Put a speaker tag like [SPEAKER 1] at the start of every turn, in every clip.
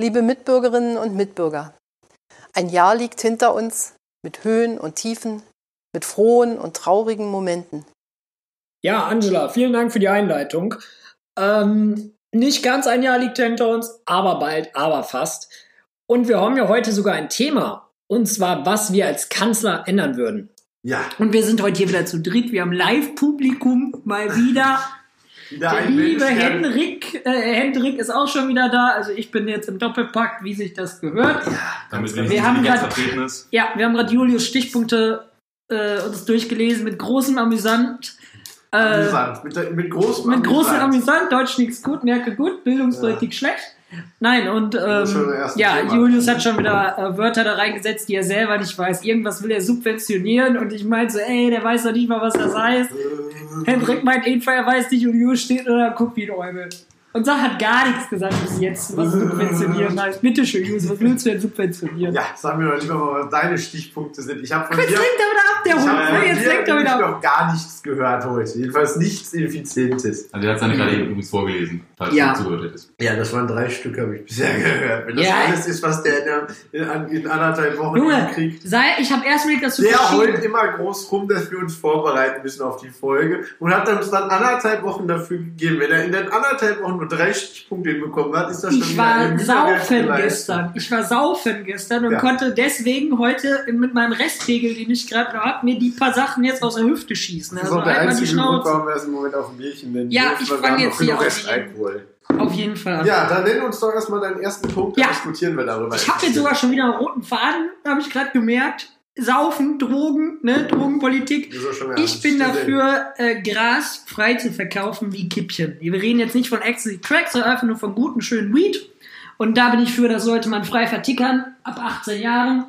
[SPEAKER 1] Liebe Mitbürgerinnen und Mitbürger, ein Jahr liegt hinter uns mit Höhen und Tiefen, mit frohen und traurigen Momenten.
[SPEAKER 2] Ja, Angela, vielen Dank für die Einleitung. Ähm, nicht ganz ein Jahr liegt hinter uns, aber bald, aber fast. Und wir haben ja heute sogar ein Thema, und zwar, was wir als Kanzler ändern würden.
[SPEAKER 3] Ja,
[SPEAKER 4] Und wir sind heute hier wieder zu dritt. Wir haben Live-Publikum mal wieder.
[SPEAKER 3] wieder
[SPEAKER 4] Der
[SPEAKER 3] ein Mensch,
[SPEAKER 4] liebe
[SPEAKER 3] der-
[SPEAKER 4] Hendrik, äh, Hendrik ist auch schon wieder da. Also ich bin jetzt im Doppelpack, wie sich das gehört.
[SPEAKER 5] Damit wir
[SPEAKER 4] Wir
[SPEAKER 5] nicht
[SPEAKER 4] haben
[SPEAKER 5] ganz
[SPEAKER 4] grad-
[SPEAKER 5] vertreten ist.
[SPEAKER 4] Ja, wir haben gerade Julius Stichpunkte äh, uns durchgelesen mit großem Amüsant. Äh,
[SPEAKER 3] Amüsant. Mit, der- mit großem
[SPEAKER 4] mit großem
[SPEAKER 3] Amüsant.
[SPEAKER 4] Amüsant. Deutsch nichts gut, Merke gut, Bildungspolitik schlecht. Nein, und
[SPEAKER 3] Das ist schon
[SPEAKER 4] ähm,
[SPEAKER 3] das erste
[SPEAKER 4] ja,
[SPEAKER 3] Thema.
[SPEAKER 4] Julius hat schon wieder äh, Wörter da reingesetzt, die er selber nicht weiß. Irgendwas will er subventionieren und ich meinte so, ey, der weiß doch nicht mal, was das heißt. Hendrik meint jedenfalls, er weiß nicht, und Julius steht oder guckt wie ein Eumel. Und Sach hat gar nichts gesagt bis jetzt, was subventionieren heißt. Bitte schön, Julius, was willst du denn subventionieren?
[SPEAKER 3] Ja, sag mir doch lieber mal, was deine Stichpunkte sind. Ich habe von
[SPEAKER 4] Jetzt
[SPEAKER 3] dir,
[SPEAKER 4] lenkt er wieder ab, der
[SPEAKER 3] ich
[SPEAKER 4] Hund.
[SPEAKER 3] hab
[SPEAKER 4] ne?
[SPEAKER 3] von
[SPEAKER 4] Jetzt
[SPEAKER 3] dir
[SPEAKER 4] lenkt er wieder ab.
[SPEAKER 3] noch gar nichts gehört heute. Jedenfalls nichts Effizientes.
[SPEAKER 5] Also er hat seine gerade eben übrigens vorgelesen, falls
[SPEAKER 4] Mhm. Ja.
[SPEAKER 5] du zugehört hättest.
[SPEAKER 3] Ja, das waren drei Stück, habe ich bisher gehört. Wenn das
[SPEAKER 4] Ja.
[SPEAKER 3] alles ist, was der in, der- in, in anderthalb Wochen
[SPEAKER 4] Junge,
[SPEAKER 3] kriegt.
[SPEAKER 4] sei, ich habe erst überlegt, dass du
[SPEAKER 3] Der
[SPEAKER 4] verschieben-
[SPEAKER 3] holt immer groß rum, dass wir uns vorbereiten müssen auf die Folge und hat uns dann anderthalb Wochen dafür gegeben. Wenn er in den anderthalb Wochen nur drei Stichpunkte hinbekommen hat, ist das schon
[SPEAKER 4] Ich
[SPEAKER 3] wieder
[SPEAKER 4] war
[SPEAKER 3] eine
[SPEAKER 4] saufen
[SPEAKER 3] Minderwertsgeleistung.
[SPEAKER 4] gestern. Ich war saufen gestern und
[SPEAKER 3] Ja.
[SPEAKER 4] konnte deswegen heute mit meinem Restregel, den ich gerade noch habe, mir die paar Sachen jetzt aus der Hüfte schießen.
[SPEAKER 3] Das ist
[SPEAKER 4] Also
[SPEAKER 3] auch der
[SPEAKER 4] einmal die
[SPEAKER 3] einzige Grund,
[SPEAKER 4] Schnauze.
[SPEAKER 3] warum wir es im Moment auf dem Bierchen nennen.
[SPEAKER 4] Ja,
[SPEAKER 3] dürfen,
[SPEAKER 4] ich
[SPEAKER 3] weil wir
[SPEAKER 4] fang
[SPEAKER 3] haben
[SPEAKER 4] jetzt
[SPEAKER 3] noch
[SPEAKER 4] hier
[SPEAKER 3] genug
[SPEAKER 4] auf
[SPEAKER 3] Restalkohol.
[SPEAKER 4] Auf jeden Fall.
[SPEAKER 3] Ja, dann nenn uns doch erstmal deinen ersten Punkt, dann
[SPEAKER 4] Ja.
[SPEAKER 3] diskutieren wir darüber.
[SPEAKER 4] Ich habe jetzt sogar schon wieder einen roten Faden, habe ich gerade gemerkt. Saufen, Drogen, ne, Drogenpolitik.
[SPEAKER 3] Wieso schon wieder
[SPEAKER 4] Ich bin
[SPEAKER 3] Student?
[SPEAKER 4] dafür, äh, Gras frei zu verkaufen wie Kippchen. Wir reden jetzt nicht von Ecstasy Tracks, sondern einfach nur von guten, schönen Weed. Und da bin ich für, das sollte man frei vertickern, ab 18 Jahren.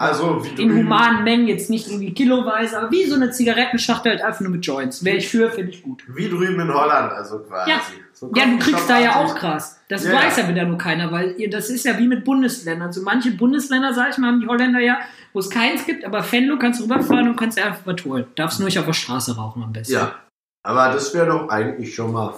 [SPEAKER 3] Also, wie
[SPEAKER 4] in
[SPEAKER 3] du-
[SPEAKER 4] humanen Mengen, jetzt nicht irgendwie kiloweise, aber wie so eine Zigarettenschachtel halt einfach nur mit Joints. Wäre ich für, finde ich gut.
[SPEAKER 3] Wie drüben in Holland, also quasi.
[SPEAKER 4] Ja.
[SPEAKER 3] So
[SPEAKER 4] Ja, du
[SPEAKER 3] kommt-
[SPEAKER 4] kriegst da ja auch Gras. Das
[SPEAKER 3] Ja,
[SPEAKER 4] weiß
[SPEAKER 3] ja.
[SPEAKER 4] ja wieder nur keiner, weil ihr, das ist ja wie mit Bundesländern. Also manche Bundesländer, sag ich mal, haben die Holländer ja, wo es keins gibt, aber Venlo kannst du rüberfahren und kannst dir einfach was holen. Darfst nur nicht auf der Straße rauchen am besten.
[SPEAKER 3] Ja, aber das wäre doch eigentlich schon mal.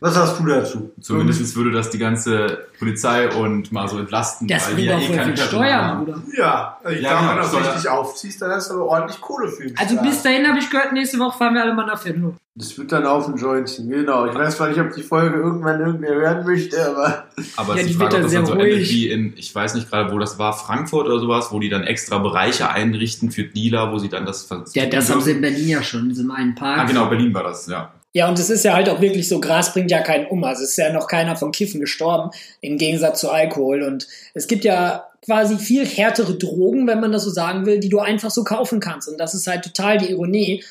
[SPEAKER 3] Was hast du dazu?
[SPEAKER 5] Zumindest würde das die ganze Polizei und mal so entlasten,
[SPEAKER 4] Das
[SPEAKER 5] weil
[SPEAKER 4] bringt
[SPEAKER 5] die ja
[SPEAKER 4] auch
[SPEAKER 5] eh
[SPEAKER 4] voll
[SPEAKER 5] keine
[SPEAKER 4] viel Steuern, Bruder.
[SPEAKER 3] Ja, ich
[SPEAKER 5] Ja,
[SPEAKER 3] glaube,
[SPEAKER 5] genau,
[SPEAKER 3] wenn du
[SPEAKER 5] soll
[SPEAKER 3] das
[SPEAKER 5] ja-
[SPEAKER 3] richtig aufziehst, dann hast du aber ordentlich Kohle für mich.
[SPEAKER 4] Also
[SPEAKER 3] da.
[SPEAKER 4] bis dahin habe ich gehört, nächste Woche fahren wir alle mal nach Venlo.
[SPEAKER 3] Das wird dann auf ein Jointchen, genau. Ich weiß zwar nicht, ob die Folge irgendwann irgendwer hören möchte, aber.
[SPEAKER 4] Ja,
[SPEAKER 5] Aber es ist
[SPEAKER 4] die
[SPEAKER 5] die
[SPEAKER 4] wird
[SPEAKER 5] Frage, ob
[SPEAKER 4] da
[SPEAKER 5] das
[SPEAKER 4] sehr
[SPEAKER 5] dann so
[SPEAKER 4] ruhig.
[SPEAKER 5] endet wie in, ich weiß nicht gerade, wo das war, Frankfurt oder sowas, wo die dann extra Bereiche einrichten für Dealer, wo sie dann das... ver-
[SPEAKER 4] in Berlin ja schon, in diesem einen Park.
[SPEAKER 5] genau. Ah genau, Berlin war das, ja.
[SPEAKER 2] Ja, und es ist ja halt auch wirklich so, Gras bringt ja keinen um. Also es ist ja noch keiner von Kiffen gestorben, im Gegensatz zu Alkohol. Und es gibt ja quasi viel härtere Drogen, wenn man das so sagen will, die du einfach so kaufen kannst. Und das ist halt total die Ironie.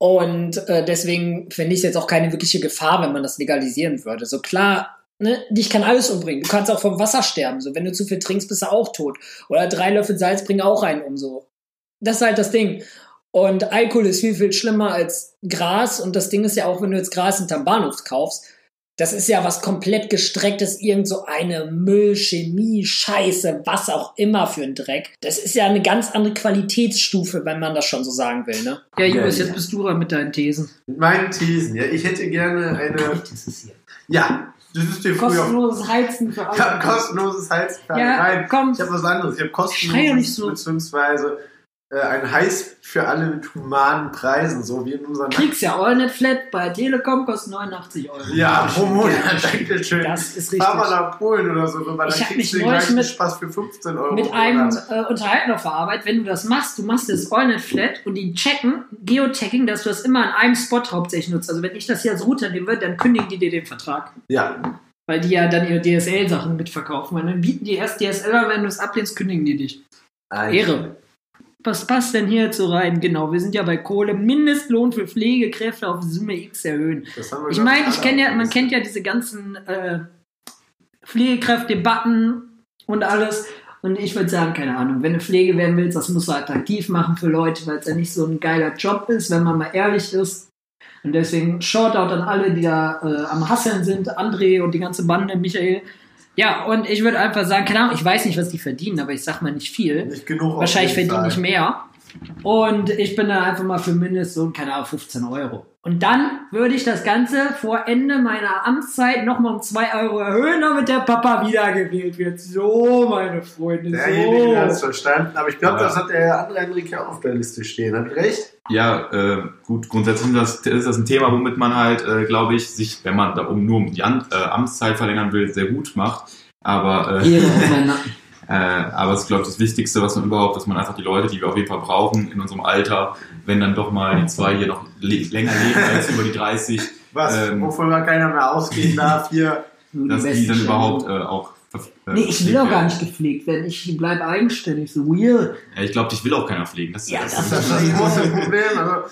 [SPEAKER 2] Und äh, deswegen finde ich es jetzt auch keine wirkliche Gefahr, wenn man das legalisieren würde. So klar, ne, dich kann alles umbringen. Du kannst auch vom Wasser sterben. So, wenn du zu viel trinkst, bist du auch tot. Oder drei Löffel Salz bringen auch einen um. So, das ist halt das Ding. Und Alkohol ist viel, viel schlimmer als Gras. Und das Ding ist ja auch, wenn du jetzt Gras hinterm Bahnhof kaufst, das ist ja was komplett gestrecktes, irgend so eine Müll, Chemie, Scheiße, was auch immer für ein Dreck. Das ist ja eine ganz andere Qualitätsstufe, wenn man das schon so sagen will, ne?
[SPEAKER 4] Ja, Julius,
[SPEAKER 3] Ja,
[SPEAKER 4] jetzt
[SPEAKER 3] ja.
[SPEAKER 4] bist du dran mit deinen Thesen.
[SPEAKER 3] Mit meinen Thesen, ja. Ich hätte gerne eine. Ja, das ist dir früher.
[SPEAKER 4] Kostenloses Heizen für alle.
[SPEAKER 3] Ja, kostenloses Heizpferd.
[SPEAKER 4] Ja,
[SPEAKER 3] Nein,
[SPEAKER 4] komm.
[SPEAKER 3] ich habe was anderes. Ich habe
[SPEAKER 4] Schrei doch nicht
[SPEAKER 3] kostenloses,
[SPEAKER 4] so.
[SPEAKER 3] beziehungsweise äh, ein Heiß für alle mit humanen Preisen, so wie in unserem.
[SPEAKER 4] Kriegst ja AllNet Flat bei Telekom kostet 89 Euro.
[SPEAKER 3] Ja, pro Monat, danke schön.
[SPEAKER 2] Das ist
[SPEAKER 3] Fahr
[SPEAKER 2] richtig.
[SPEAKER 3] mal nach Polen oder so rüber,
[SPEAKER 4] Ich
[SPEAKER 3] dann
[SPEAKER 4] hab mich
[SPEAKER 3] kriegst du den
[SPEAKER 4] neulich
[SPEAKER 3] gleichen
[SPEAKER 4] mit-
[SPEAKER 3] Spaß für 15 Euro.
[SPEAKER 4] Mit
[SPEAKER 3] im
[SPEAKER 4] einem
[SPEAKER 3] Monat.
[SPEAKER 4] äh, Unterhalten auf der Arbeit, wenn du das machst, du machst das AllNet Flat und die checken, Geoteching, dass du das immer an einem Spot hauptsächlich nutzt. Also wenn ich das hier als Router nehmen würde, dann kündigen die dir den Vertrag.
[SPEAKER 3] Ja,
[SPEAKER 4] Weil die ja dann ihre DSL-Sachen mitverkaufen. Und dann bieten die erst DSL an, wenn du es ablehnst, kündigen die dich. Ehre. Was passt denn hier jetzt so rein? Genau, wir sind ja bei Kohle. Mindestlohn für Pflegekräfte auf Summe X erhöhen.
[SPEAKER 3] das haben wir,
[SPEAKER 4] Ich
[SPEAKER 3] glaub
[SPEAKER 4] meine, ich
[SPEAKER 3] alle
[SPEAKER 4] kenne ja, man
[SPEAKER 3] aufgelistet.
[SPEAKER 4] kennt ja diese ganzen äh, Pflegekräftdebatten und alles. Und ich würde sagen, keine Ahnung, wenn du Pflege werden willst, das musst du attraktiv machen für Leute, weil es ja nicht so ein geiler Job ist, wenn man mal ehrlich ist. Und deswegen Shoutout an alle, die da äh, am Hasseln sind, André und die ganze Bande, Michael. Ja, und ich würde einfach sagen, keine Ahnung, ich weiß nicht, was die verdienen, aber ich sag mal nicht viel.
[SPEAKER 3] Nicht genug auf
[SPEAKER 4] Wahrscheinlich
[SPEAKER 3] jeden
[SPEAKER 4] verdienen
[SPEAKER 3] Fall.
[SPEAKER 4] nicht mehr. Und ich bin dann einfach mal für mindestens, keine Ahnung, 15 Euro. Und dann würde ich das Ganze vor Ende meiner Amtszeit nochmal um 2 Euro erhöhen, damit der Papa wiedergewählt wird. So, meine Freunde,
[SPEAKER 3] Derjenige hat es
[SPEAKER 4] so.
[SPEAKER 3] verstanden, aber ich glaube,
[SPEAKER 5] Ja.
[SPEAKER 3] das hat der andere Henrik ja auch auf der Liste stehen. Hab ich recht?
[SPEAKER 5] Ja, äh, gut, grundsätzlich ist das, ist das ein Thema, womit man halt, äh, glaube ich, sich, wenn man da um nur um die An äh, Amtszeit verlängern will, sehr gut macht. Aber, äh,
[SPEAKER 4] Ehre auf meinen Nacken.
[SPEAKER 5] äh, aber es ist, glaube ich, das Wichtigste, was man überhaupt, dass man einfach die Leute, die wir auf jeden Fall brauchen in unserem Alter, wenn dann doch mal die zwei hier noch le länger leben als über die 30,
[SPEAKER 3] Was,
[SPEAKER 5] Ähm.
[SPEAKER 3] wovon man keiner mehr ausgehen darf hier.
[SPEAKER 4] Nur die
[SPEAKER 5] dass die
[SPEAKER 4] besten
[SPEAKER 5] dann
[SPEAKER 4] Stellen.
[SPEAKER 5] überhaupt äh, auch. verf- äh,
[SPEAKER 4] Nee, ich will auch
[SPEAKER 5] werden.
[SPEAKER 4] gar nicht gepflegt werden. Ich bleibe eigenständig, so real.
[SPEAKER 5] Ja, ich glaube, dich will auch keiner pflegen. Das ist
[SPEAKER 4] Ja,
[SPEAKER 3] Das ist das große Problem. Also,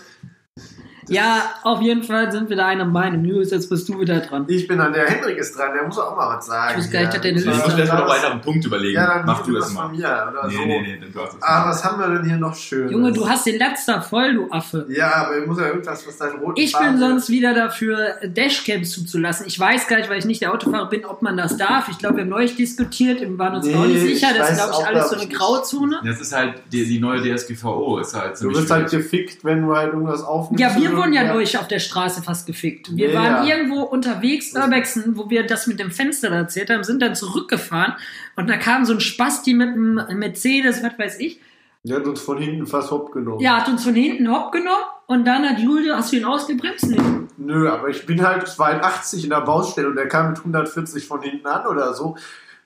[SPEAKER 4] Ja, auf jeden Fall sind wir da einer Meinung. Julius, jetzt bist du wieder dran.
[SPEAKER 3] ich bin an der Henrik ist dran, der muss auch mal was sagen.
[SPEAKER 4] Ich wusste gar nicht, dass der eine
[SPEAKER 5] Ich muss
[SPEAKER 4] Liste
[SPEAKER 5] vielleicht noch weiter einen Punkt überlegen.
[SPEAKER 3] Ja, dann
[SPEAKER 5] Mach du
[SPEAKER 3] das
[SPEAKER 5] das
[SPEAKER 3] von
[SPEAKER 5] mal.
[SPEAKER 3] mir oder so.
[SPEAKER 5] Nee, nee, nee, dann du hast es
[SPEAKER 3] Ah,
[SPEAKER 5] mal.
[SPEAKER 3] was haben wir denn hier noch schön?
[SPEAKER 4] Junge, du hast den Latzer voll, du Affe.
[SPEAKER 3] Ja, aber ich muss ja irgendwas, was dein roten
[SPEAKER 4] Ich
[SPEAKER 3] Faden
[SPEAKER 4] bin
[SPEAKER 3] ist.
[SPEAKER 4] sonst wieder dafür, Dashcams zuzulassen. Ich weiß gar nicht, weil ich nicht der Autofahrer bin, ob man das darf. Ich glaube, wir haben neulich diskutiert, wir waren uns
[SPEAKER 3] Nee,
[SPEAKER 4] auch nicht
[SPEAKER 3] ich
[SPEAKER 4] sicher. Das
[SPEAKER 3] weiß
[SPEAKER 4] ist, glaube ich,
[SPEAKER 3] auch,
[SPEAKER 4] alles so
[SPEAKER 3] glaub
[SPEAKER 4] eine
[SPEAKER 3] ich,
[SPEAKER 4] Grauzone.
[SPEAKER 5] Das ist halt die, die neue DSGVO. Ist halt
[SPEAKER 3] Du
[SPEAKER 5] ziemlich
[SPEAKER 3] wirst halt
[SPEAKER 5] schwierig.
[SPEAKER 3] gefickt, wenn du halt irgendwas aufnimmst.
[SPEAKER 4] Ja, wir
[SPEAKER 3] und
[SPEAKER 4] wurden ja
[SPEAKER 3] irgendwer-
[SPEAKER 4] neulich auf der Straße fast gefickt. Wir
[SPEAKER 3] Ja.
[SPEAKER 4] waren irgendwo unterwegs, Urbexen, wo wir das mit dem Fenster da erzählt haben, sind dann zurückgefahren und da kam so ein Spasti mit einem Mercedes, was weiß ich.
[SPEAKER 3] Der hat uns von hinten fast hopp genommen.
[SPEAKER 4] Ja, hat uns von hinten hopp genommen und dann hat Julia, hast du ihn ausgebremst? Nee.
[SPEAKER 3] Nö, aber ich bin halt 82 in der Baustelle und er kam mit 140 von hinten an oder so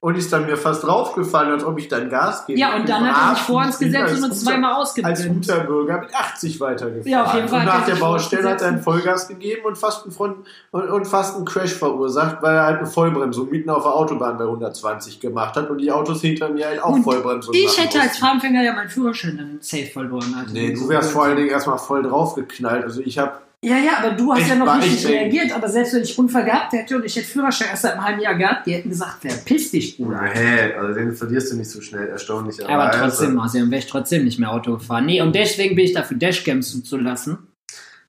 [SPEAKER 3] und ist dann mir fast draufgefallen, als ob ich dann Gas gebe.
[SPEAKER 4] Ja, und dann hat er sich vor uns gesetzt und uns zweimal
[SPEAKER 3] Als
[SPEAKER 4] ausgebremst.
[SPEAKER 3] guter Bürger mit 80 weitergefahren.
[SPEAKER 4] Ja, auf jeden Fall
[SPEAKER 3] Und
[SPEAKER 4] hat
[SPEAKER 3] nach
[SPEAKER 4] er
[SPEAKER 3] der
[SPEAKER 4] sich vor uns
[SPEAKER 3] Baustelle hat er einen
[SPEAKER 4] gesetzt.
[SPEAKER 3] Vollgas gegeben und fast einen, Front und, und fast einen Crash verursacht, weil er halt eine Vollbremsung mitten auf der Autobahn bei 120 gemacht hat und die Autos hinter mir halt auch
[SPEAKER 4] Und
[SPEAKER 3] Vollbremsung
[SPEAKER 4] Ich
[SPEAKER 3] machen
[SPEAKER 4] hätte als
[SPEAKER 3] mussten.
[SPEAKER 4] Fahranfänger ja meinen Führerschein dann safe verloren. Also
[SPEAKER 3] Nee, du wärst vor allen Dingen erstmal voll draufgeknallt. Also ich habe
[SPEAKER 4] Ja, ja, aber du hast
[SPEAKER 3] Ich
[SPEAKER 4] ja noch
[SPEAKER 3] war
[SPEAKER 4] richtig
[SPEAKER 3] echt eng.
[SPEAKER 4] reagiert. Aber selbst wenn ich unvergabt hätte und ich hätte Führerschein erst seit einem halben Jahr gehabt, die hätten gesagt, verpiss dich, Bruder.
[SPEAKER 3] Na hä, also den verlierst du nicht so schnell, erstaunlich.
[SPEAKER 4] Aber trotzdem, also dann wäre ich trotzdem nicht mehr Auto gefahren. Nee, und deswegen bin ich dafür, Dashcams zuzulassen.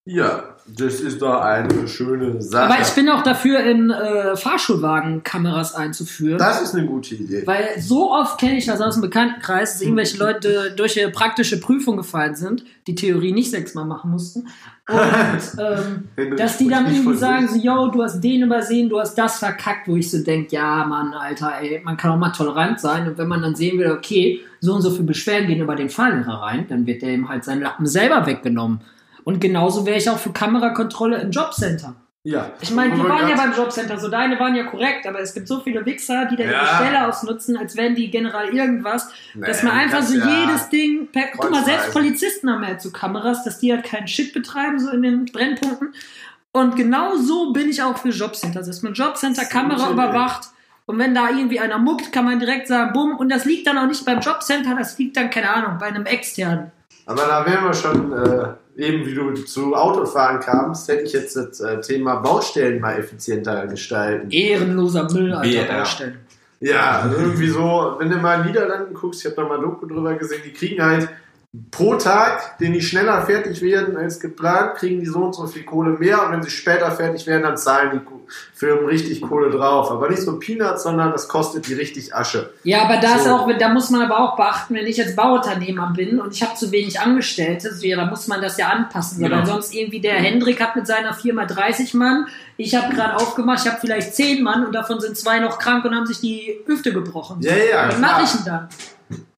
[SPEAKER 3] Ja, das ist doch eine schöne Sache.
[SPEAKER 4] Aber ich bin auch dafür, in äh, Fahrschulwagen Kameras einzuführen.
[SPEAKER 3] das ist eine gute Idee.
[SPEAKER 4] Weil so oft kenne ich das aus dem Bekanntenkreis, dass irgendwelche Leute durch ihre praktische Prüfung gefallen sind, die Theorie nicht sechsmal machen mussten. Und ähm,
[SPEAKER 3] Henrik
[SPEAKER 4] dass die dann
[SPEAKER 3] spricht
[SPEAKER 4] irgendwie
[SPEAKER 3] nicht von
[SPEAKER 4] sagen,
[SPEAKER 3] sich.
[SPEAKER 4] so, yo, du hast den übersehen, du hast das verkackt, wo ich so denke, ja, Mann, Alter, ey, man kann auch mal tolerant sein. Und wenn man dann sehen will, okay, so und so viel Beschwerden gehen über den Fahrlehrer rein, dann wird der ihm halt seinen Lappen selber weggenommen. Und genauso wäre ich auch für Kamerakontrolle im Jobcenter.
[SPEAKER 3] Ja. Oh
[SPEAKER 4] Ich meine, die
[SPEAKER 3] Aber
[SPEAKER 4] waren ja
[SPEAKER 3] ganz-
[SPEAKER 4] beim Jobcenter, so deine waren ja korrekt, aber es gibt so viele Wichser, die da ihre
[SPEAKER 5] Ja.
[SPEAKER 4] Stelle ausnutzen, als wären die generell irgendwas, dass man
[SPEAKER 3] Nee,
[SPEAKER 4] einfach
[SPEAKER 3] das
[SPEAKER 4] so
[SPEAKER 3] ja.
[SPEAKER 4] jedes Ding, per, guck mal, selbst
[SPEAKER 3] Kreuzweise.
[SPEAKER 4] Polizisten haben ja jetzt so Kameras, dass die halt keinen Shit betreiben, so in den Brennpunkten. Und genau so bin ich auch für Jobcenter, dass man Jobcenter Kamera
[SPEAKER 3] Gute
[SPEAKER 4] überwacht. Und wenn da irgendwie einer muckt, kann man direkt sagen, bumm. Und das liegt dann auch nicht beim Jobcenter, das liegt dann, keine Ahnung, bei einem externen.
[SPEAKER 3] Aber da wären wir schon, äh, eben wie du zu Autofahren kamst, hätte ich jetzt das äh, Thema Baustellen mal effizienter gestalten.
[SPEAKER 4] Ehrenloser Müll, Alter,
[SPEAKER 5] BR.
[SPEAKER 4] Baustellen.
[SPEAKER 3] Ja, also irgendwie so, wenn du mal in Niederlanden guckst, ich habe da mal Doku drüber gesehen, die kriegen halt pro Tag, den die schneller fertig werden als geplant, kriegen die so und so viel Kohle mehr und wenn sie später fertig werden, dann zahlen die Ko- Firmen richtig Kohle drauf. Aber nicht so Peanuts, sondern das kostet die richtig Asche.
[SPEAKER 4] Ja, aber da, ist
[SPEAKER 3] So.
[SPEAKER 4] auch, da muss man aber auch beachten, wenn ich jetzt Bauunternehmer bin und ich habe zu wenig Angestellte, so, ja, da muss man das ja anpassen.
[SPEAKER 5] Genau.
[SPEAKER 4] Weil sonst irgendwie der Hendrik hat mit seiner Firma 30 Mann, ich habe gerade aufgemacht, ich habe vielleicht 10 Mann und davon sind zwei noch krank und haben sich die Hüfte gebrochen.
[SPEAKER 3] Ja, ja,
[SPEAKER 4] Was
[SPEAKER 3] klar.
[SPEAKER 4] mache ich denn dann?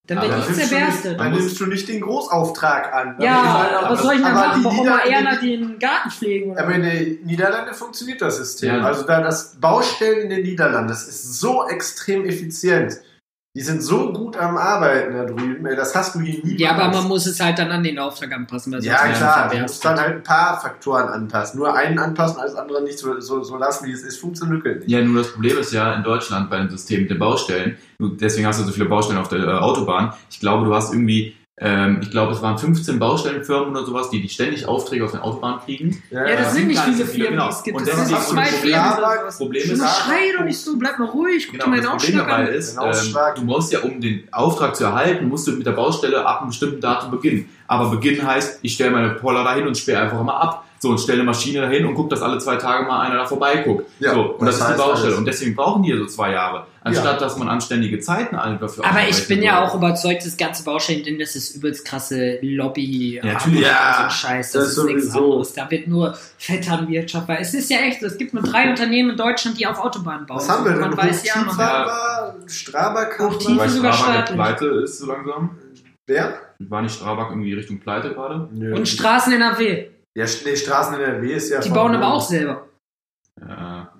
[SPEAKER 4] Dann
[SPEAKER 5] Aber
[SPEAKER 4] bin
[SPEAKER 5] das
[SPEAKER 4] ich
[SPEAKER 3] nimmst du
[SPEAKER 4] zerberstet.
[SPEAKER 3] nicht, dann nimmst du nicht den Großauftrag an.
[SPEAKER 4] Ja,
[SPEAKER 3] halt aber-
[SPEAKER 4] was soll ich denn
[SPEAKER 3] aber
[SPEAKER 4] machen?
[SPEAKER 3] die
[SPEAKER 4] Bei Oma
[SPEAKER 3] Niederlande-
[SPEAKER 4] Erna den Garten pflegen? Oder?
[SPEAKER 3] Aber in den Niederlanden funktioniert das System.
[SPEAKER 5] Ja.
[SPEAKER 3] Also da das Baustellen in den Niederlanden, das ist so extrem effizient. Die sind so gut am Arbeiten da drüben. Ey, das hast du hier nie.
[SPEAKER 4] ja, aber man muss es halt dann an den Auftrag anpassen. Weil sonst
[SPEAKER 3] Ja,
[SPEAKER 4] wäre man
[SPEAKER 3] klar. Du
[SPEAKER 4] zerberstet.
[SPEAKER 3] musst dann halt ein paar Faktoren anpassen. Nur einen anpassen, alles andere nicht so, so, so lassen, wie es ist. Funktioniert nicht.
[SPEAKER 5] Ja, nur das Problem ist ja in Deutschland bei dem System mit den Baustellen, du- deswegen hast du so viele Baustellen auf der äh, Autobahn. Ich glaube, du hast irgendwie, ähm, ich glaube, es waren 15 Baustellenfirmen oder sowas, die, die ständig Aufträge auf den Autobahnen kriegen.
[SPEAKER 4] Ja, das
[SPEAKER 5] das
[SPEAKER 4] sind
[SPEAKER 5] sind
[SPEAKER 4] nicht
[SPEAKER 5] gar nicht
[SPEAKER 4] viele
[SPEAKER 5] so viele,
[SPEAKER 4] Firmen, die es
[SPEAKER 5] genau.
[SPEAKER 4] gibt.
[SPEAKER 5] Und
[SPEAKER 4] Das
[SPEAKER 5] das
[SPEAKER 4] sind
[SPEAKER 5] ist
[SPEAKER 4] zwei
[SPEAKER 5] so ein
[SPEAKER 4] Firmen. oder
[SPEAKER 3] Problem.
[SPEAKER 4] sowas.
[SPEAKER 5] Problem
[SPEAKER 4] Junge,
[SPEAKER 5] ist,
[SPEAKER 4] schrei doch nicht so, bleib mal ruhig, guck dir
[SPEAKER 5] Genau,
[SPEAKER 4] meinen
[SPEAKER 5] das Problem
[SPEAKER 4] Aufschlag
[SPEAKER 5] dabei
[SPEAKER 4] an.
[SPEAKER 5] ist,
[SPEAKER 3] Den
[SPEAKER 5] ähm,
[SPEAKER 3] Aufschlag.
[SPEAKER 5] du musst ja, um den Auftrag zu erhalten, musst du mit der Baustelle ab einem bestimmten Datum beginnen. Aber beginnen heißt, ich stelle meine Poller dahin und sperre einfach mal ab. So, und stell eine Maschine dahin und guck, dass alle zwei Tage mal einer da vorbeiguckt.
[SPEAKER 3] Ja,
[SPEAKER 5] so, und
[SPEAKER 3] das
[SPEAKER 5] das, ist die
[SPEAKER 3] heißt
[SPEAKER 5] Baustelle.
[SPEAKER 3] alles.
[SPEAKER 5] Und deswegen brauchen die ja so zwei Jahre. Anstatt, dass man anständige Zeiten allen dafür
[SPEAKER 4] Aber ich
[SPEAKER 5] abrechnen
[SPEAKER 4] bin ja
[SPEAKER 5] würde.
[SPEAKER 4] auch überzeugt, das ganze Baustellen-Ding, das ist übelst krasse Lobby.
[SPEAKER 5] Ja,
[SPEAKER 4] Arbeit
[SPEAKER 5] natürlich.
[SPEAKER 3] Ja,
[SPEAKER 4] und so ein Scheiß. Das,
[SPEAKER 3] das
[SPEAKER 4] ist nichts
[SPEAKER 3] sowieso.
[SPEAKER 4] anderes. Da wird nur Vetternwirtschaft. Weil es ist ja echt, es gibt nur drei Unternehmen in Deutschland, die auf Autobahnen bauen.
[SPEAKER 3] Was haben wir denn?
[SPEAKER 4] Man weiß ja noch.
[SPEAKER 3] Hochtiefhaber, Straber-Kammer,
[SPEAKER 4] Hochtief-
[SPEAKER 5] Weil
[SPEAKER 4] sogar
[SPEAKER 5] Strabag jetzt
[SPEAKER 4] staatlich.
[SPEAKER 5] pleite ist so langsam.
[SPEAKER 3] wer?
[SPEAKER 5] War nicht Strabag irgendwie Richtung pleite gerade?
[SPEAKER 3] Nö.
[SPEAKER 4] Und Straßen NRW.
[SPEAKER 3] ja, nee, Straßen NRW ist ja
[SPEAKER 4] Die
[SPEAKER 3] von-
[SPEAKER 4] bauen aber auch selber.
[SPEAKER 5] Äh,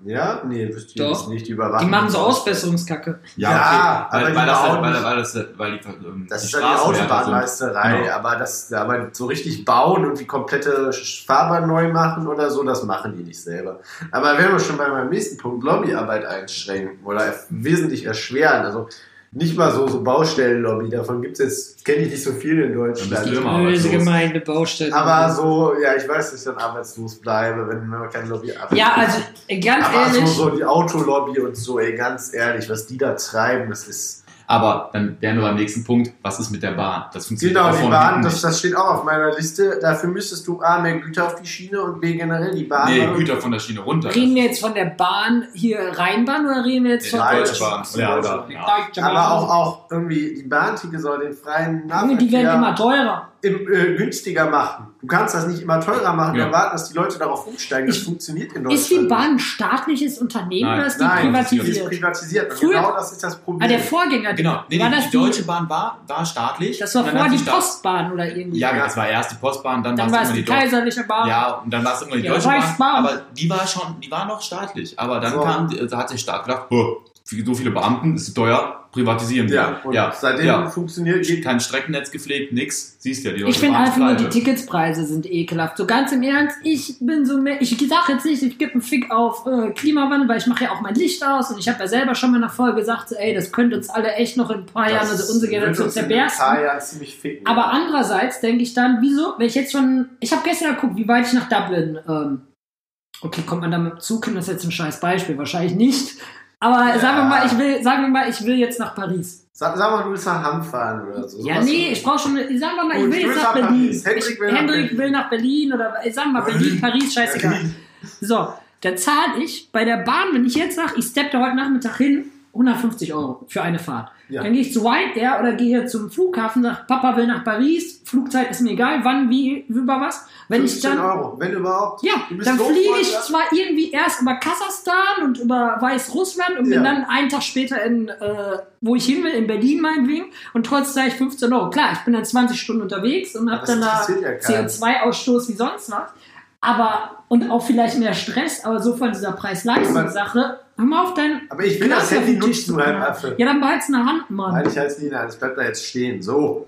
[SPEAKER 5] Ja,
[SPEAKER 3] Ja? Nee, wüsste ich
[SPEAKER 4] Doch.
[SPEAKER 3] jetzt nicht. Die überwachen.
[SPEAKER 4] Die machen so Ausbesserungskacke.
[SPEAKER 3] Ja,
[SPEAKER 5] okay. weil,
[SPEAKER 3] aber
[SPEAKER 5] weil,
[SPEAKER 3] die
[SPEAKER 5] das,
[SPEAKER 3] bauen
[SPEAKER 5] halt- weil,
[SPEAKER 3] nicht-
[SPEAKER 5] weil das weil die ähm,
[SPEAKER 3] Das ist ja die
[SPEAKER 5] Straßenwerte sind.
[SPEAKER 3] Autobahnmeisterei,
[SPEAKER 5] Genau.
[SPEAKER 3] aber, das, aber so richtig bauen und die komplette Fahrbahn neu machen oder so, das machen die nicht selber. Aber wenn wir schon bei meinem nächsten Punkt Lobbyarbeit einschränken oder wesentlich erschweren, also nicht mal so, so Baustellenlobby, davon gibt es jetzt, kenne ich nicht so viel in
[SPEAKER 5] Dann bist du
[SPEAKER 3] Deutschland.
[SPEAKER 5] immer arbeitslos.
[SPEAKER 4] Böse gemeinde Baustellen.
[SPEAKER 3] Aber so, ja, ich weiß, dass ich dann arbeitslos bleibe, wenn man keine Lobby arbeitet.
[SPEAKER 4] ja, also ganz
[SPEAKER 3] aber so,
[SPEAKER 4] ehrlich.
[SPEAKER 3] so die Autolobby und so, ey, ganz ehrlich, was die da treiben, das ist.
[SPEAKER 5] Aber dann wären wir beim nächsten Punkt, was ist mit der Bahn? Das funktioniert
[SPEAKER 3] Genau,
[SPEAKER 5] auch
[SPEAKER 3] die
[SPEAKER 5] von
[SPEAKER 3] Bahn,
[SPEAKER 5] hinten
[SPEAKER 3] das,
[SPEAKER 5] nicht.
[SPEAKER 3] das steht auch auf meiner Liste. Dafür müsstest du A, mehr Güter auf die Schiene und B, generell die Bahn.
[SPEAKER 5] Nee, Güter von der Schiene runter.
[SPEAKER 4] Reden wir jetzt von der Bahn hier Rheinbahn oder reden wir jetzt von
[SPEAKER 3] Nein,
[SPEAKER 5] Deutsche Bahn.
[SPEAKER 3] Ja,
[SPEAKER 5] Ja,
[SPEAKER 3] oder-
[SPEAKER 5] oder?
[SPEAKER 4] Die
[SPEAKER 5] Ja.
[SPEAKER 4] Deutsche Bahn?
[SPEAKER 3] Aber auch, auch irgendwie, die Bahnticket soll den freien
[SPEAKER 4] Junge,
[SPEAKER 3] Nahverkehr
[SPEAKER 4] die werden immer teurer.
[SPEAKER 3] im, äh, günstiger machen. Du kannst das nicht immer teurer machen und
[SPEAKER 5] Ja.
[SPEAKER 3] erwarten, dass die Leute darauf umsteigen. Das
[SPEAKER 4] Ich-
[SPEAKER 3] funktioniert in Deutschland.
[SPEAKER 4] Ist die Bahn ein staatliches Unternehmen
[SPEAKER 5] also Nein,
[SPEAKER 4] oder ist die
[SPEAKER 3] Nein,
[SPEAKER 5] privatisiert?
[SPEAKER 3] Die ist
[SPEAKER 4] privatisiert?
[SPEAKER 3] privatisiert. Und
[SPEAKER 4] Früher-
[SPEAKER 3] genau das ist das Problem.
[SPEAKER 4] Ah, der Vorgänger,
[SPEAKER 5] Genau, nee,
[SPEAKER 4] war
[SPEAKER 5] die,
[SPEAKER 4] das
[SPEAKER 5] die Deutsche Bahn war, war staatlich.
[SPEAKER 4] Das war
[SPEAKER 5] Und dann
[SPEAKER 4] vorher
[SPEAKER 5] hat
[SPEAKER 4] die
[SPEAKER 5] sich da-
[SPEAKER 4] Postbahn oder irgendwie.
[SPEAKER 5] Ja, genau, das war erst die Postbahn, dann,
[SPEAKER 4] Dann
[SPEAKER 5] war
[SPEAKER 4] war
[SPEAKER 5] es
[SPEAKER 4] es
[SPEAKER 5] immer
[SPEAKER 4] die
[SPEAKER 5] die Deutsche
[SPEAKER 4] kaiserliche Bahn.
[SPEAKER 5] Ja, und dann war es immer die
[SPEAKER 4] Ja,
[SPEAKER 5] Deutsche Bahn,
[SPEAKER 4] Reichsbahn.
[SPEAKER 5] aber die war schon, die war noch staatlich. Aber dann
[SPEAKER 3] So.
[SPEAKER 5] kam, die- da hat der Staat gedacht, "Oh, so viele Beamten, ist teuer, privatisieren wir.
[SPEAKER 3] ja, und
[SPEAKER 5] ja,
[SPEAKER 3] seitdem
[SPEAKER 5] ja.
[SPEAKER 3] funktioniert geht
[SPEAKER 5] Kein Streckennetz gepflegt, nix. Siehst ja, die Deutsche
[SPEAKER 4] Ich finde
[SPEAKER 5] Bahn
[SPEAKER 4] einfach nur, die
[SPEAKER 5] pleite.
[SPEAKER 4] Ticketspreise sind ekelhaft. So ganz im Ernst, ich bin so mehr. Ich sag jetzt nicht, ich gebe einen Fick auf äh, Klimawandel, weil ich mache ja auch mein Licht aus und ich habe ja selber schon mal in der Folge gesagt, so, ey, das könnte uns alle echt noch in ein paar Jahren, also unsere Generation zerbersten.
[SPEAKER 3] Ah, ja, ziemlich ficken.
[SPEAKER 4] Aber andererseits denke ich dann, wieso, wenn ich jetzt schon, ich habe gestern geguckt, wie weit ich nach Dublin, ähm, okay, kommt man da mit dem Zug hin, das ist jetzt ein scheiß Beispiel, wahrscheinlich nicht. Aber
[SPEAKER 3] Ja.
[SPEAKER 4] sagen wir mal, ich will, sagen wir mal, ich will jetzt nach Paris.
[SPEAKER 3] Sag, sag mal, du willst nach Hamm fahren oder so.
[SPEAKER 4] ja,
[SPEAKER 3] Sowas-
[SPEAKER 4] nee, ich brauche schon, sagen wir mal, Oh,
[SPEAKER 3] Gut,
[SPEAKER 4] ich will
[SPEAKER 3] du
[SPEAKER 4] jetzt
[SPEAKER 3] willst
[SPEAKER 4] nach
[SPEAKER 3] nach
[SPEAKER 4] Berlin.
[SPEAKER 3] Paris.
[SPEAKER 4] Hendrik, ich, will, Hendrik nach will nach Berlin oder äh, sagen wir mal Berlin, Paris, scheißegal. So, da zahle ich bei der Bahn, wenn ich jetzt sage, ich steppe da heute Nachmittag hin, 150 Euro für eine Fahrt.
[SPEAKER 3] Ja.
[SPEAKER 4] Dann gehe ich zu White Air oder gehe zum Flughafen, sage, Papa will nach Paris, Flugzeit ist mir egal, wann, wie, über was. Wenn ich
[SPEAKER 3] 15
[SPEAKER 4] dann.
[SPEAKER 3] Euro, wenn überhaupt.
[SPEAKER 4] Ja,
[SPEAKER 3] Du bist
[SPEAKER 4] dann
[SPEAKER 3] so
[SPEAKER 4] fliege
[SPEAKER 3] voll,
[SPEAKER 4] ich
[SPEAKER 3] ja.
[SPEAKER 4] zwar irgendwie erst über Kasachstan und über Weißrussland und
[SPEAKER 3] Ja.
[SPEAKER 4] bin dann einen Tag später in, äh, wo ich hin will, in Berlin meinetwegen und trotzdem zahle ich 15 Euro. Klar, ich bin dann 20 Stunden unterwegs und
[SPEAKER 3] Aber
[SPEAKER 4] habe
[SPEAKER 3] das
[SPEAKER 4] dann da
[SPEAKER 3] interessiert ja keinen.
[SPEAKER 4] CO2-Ausstoß wie sonst was. Aber, und auch vielleicht mehr Stress, aber so von dieser Preis-Leistungs-Sache, hör mal auf dein
[SPEAKER 3] Aber ich will das
[SPEAKER 4] Glas auf
[SPEAKER 3] Handy
[SPEAKER 4] den Tisch
[SPEAKER 3] nutzen,
[SPEAKER 4] zu
[SPEAKER 3] du
[SPEAKER 4] knallen.
[SPEAKER 3] Affe.
[SPEAKER 4] Ja, dann behalt's in der Hand, Mann.
[SPEAKER 3] Nein, ich heiße Nina, das bleibt da jetzt stehen. So.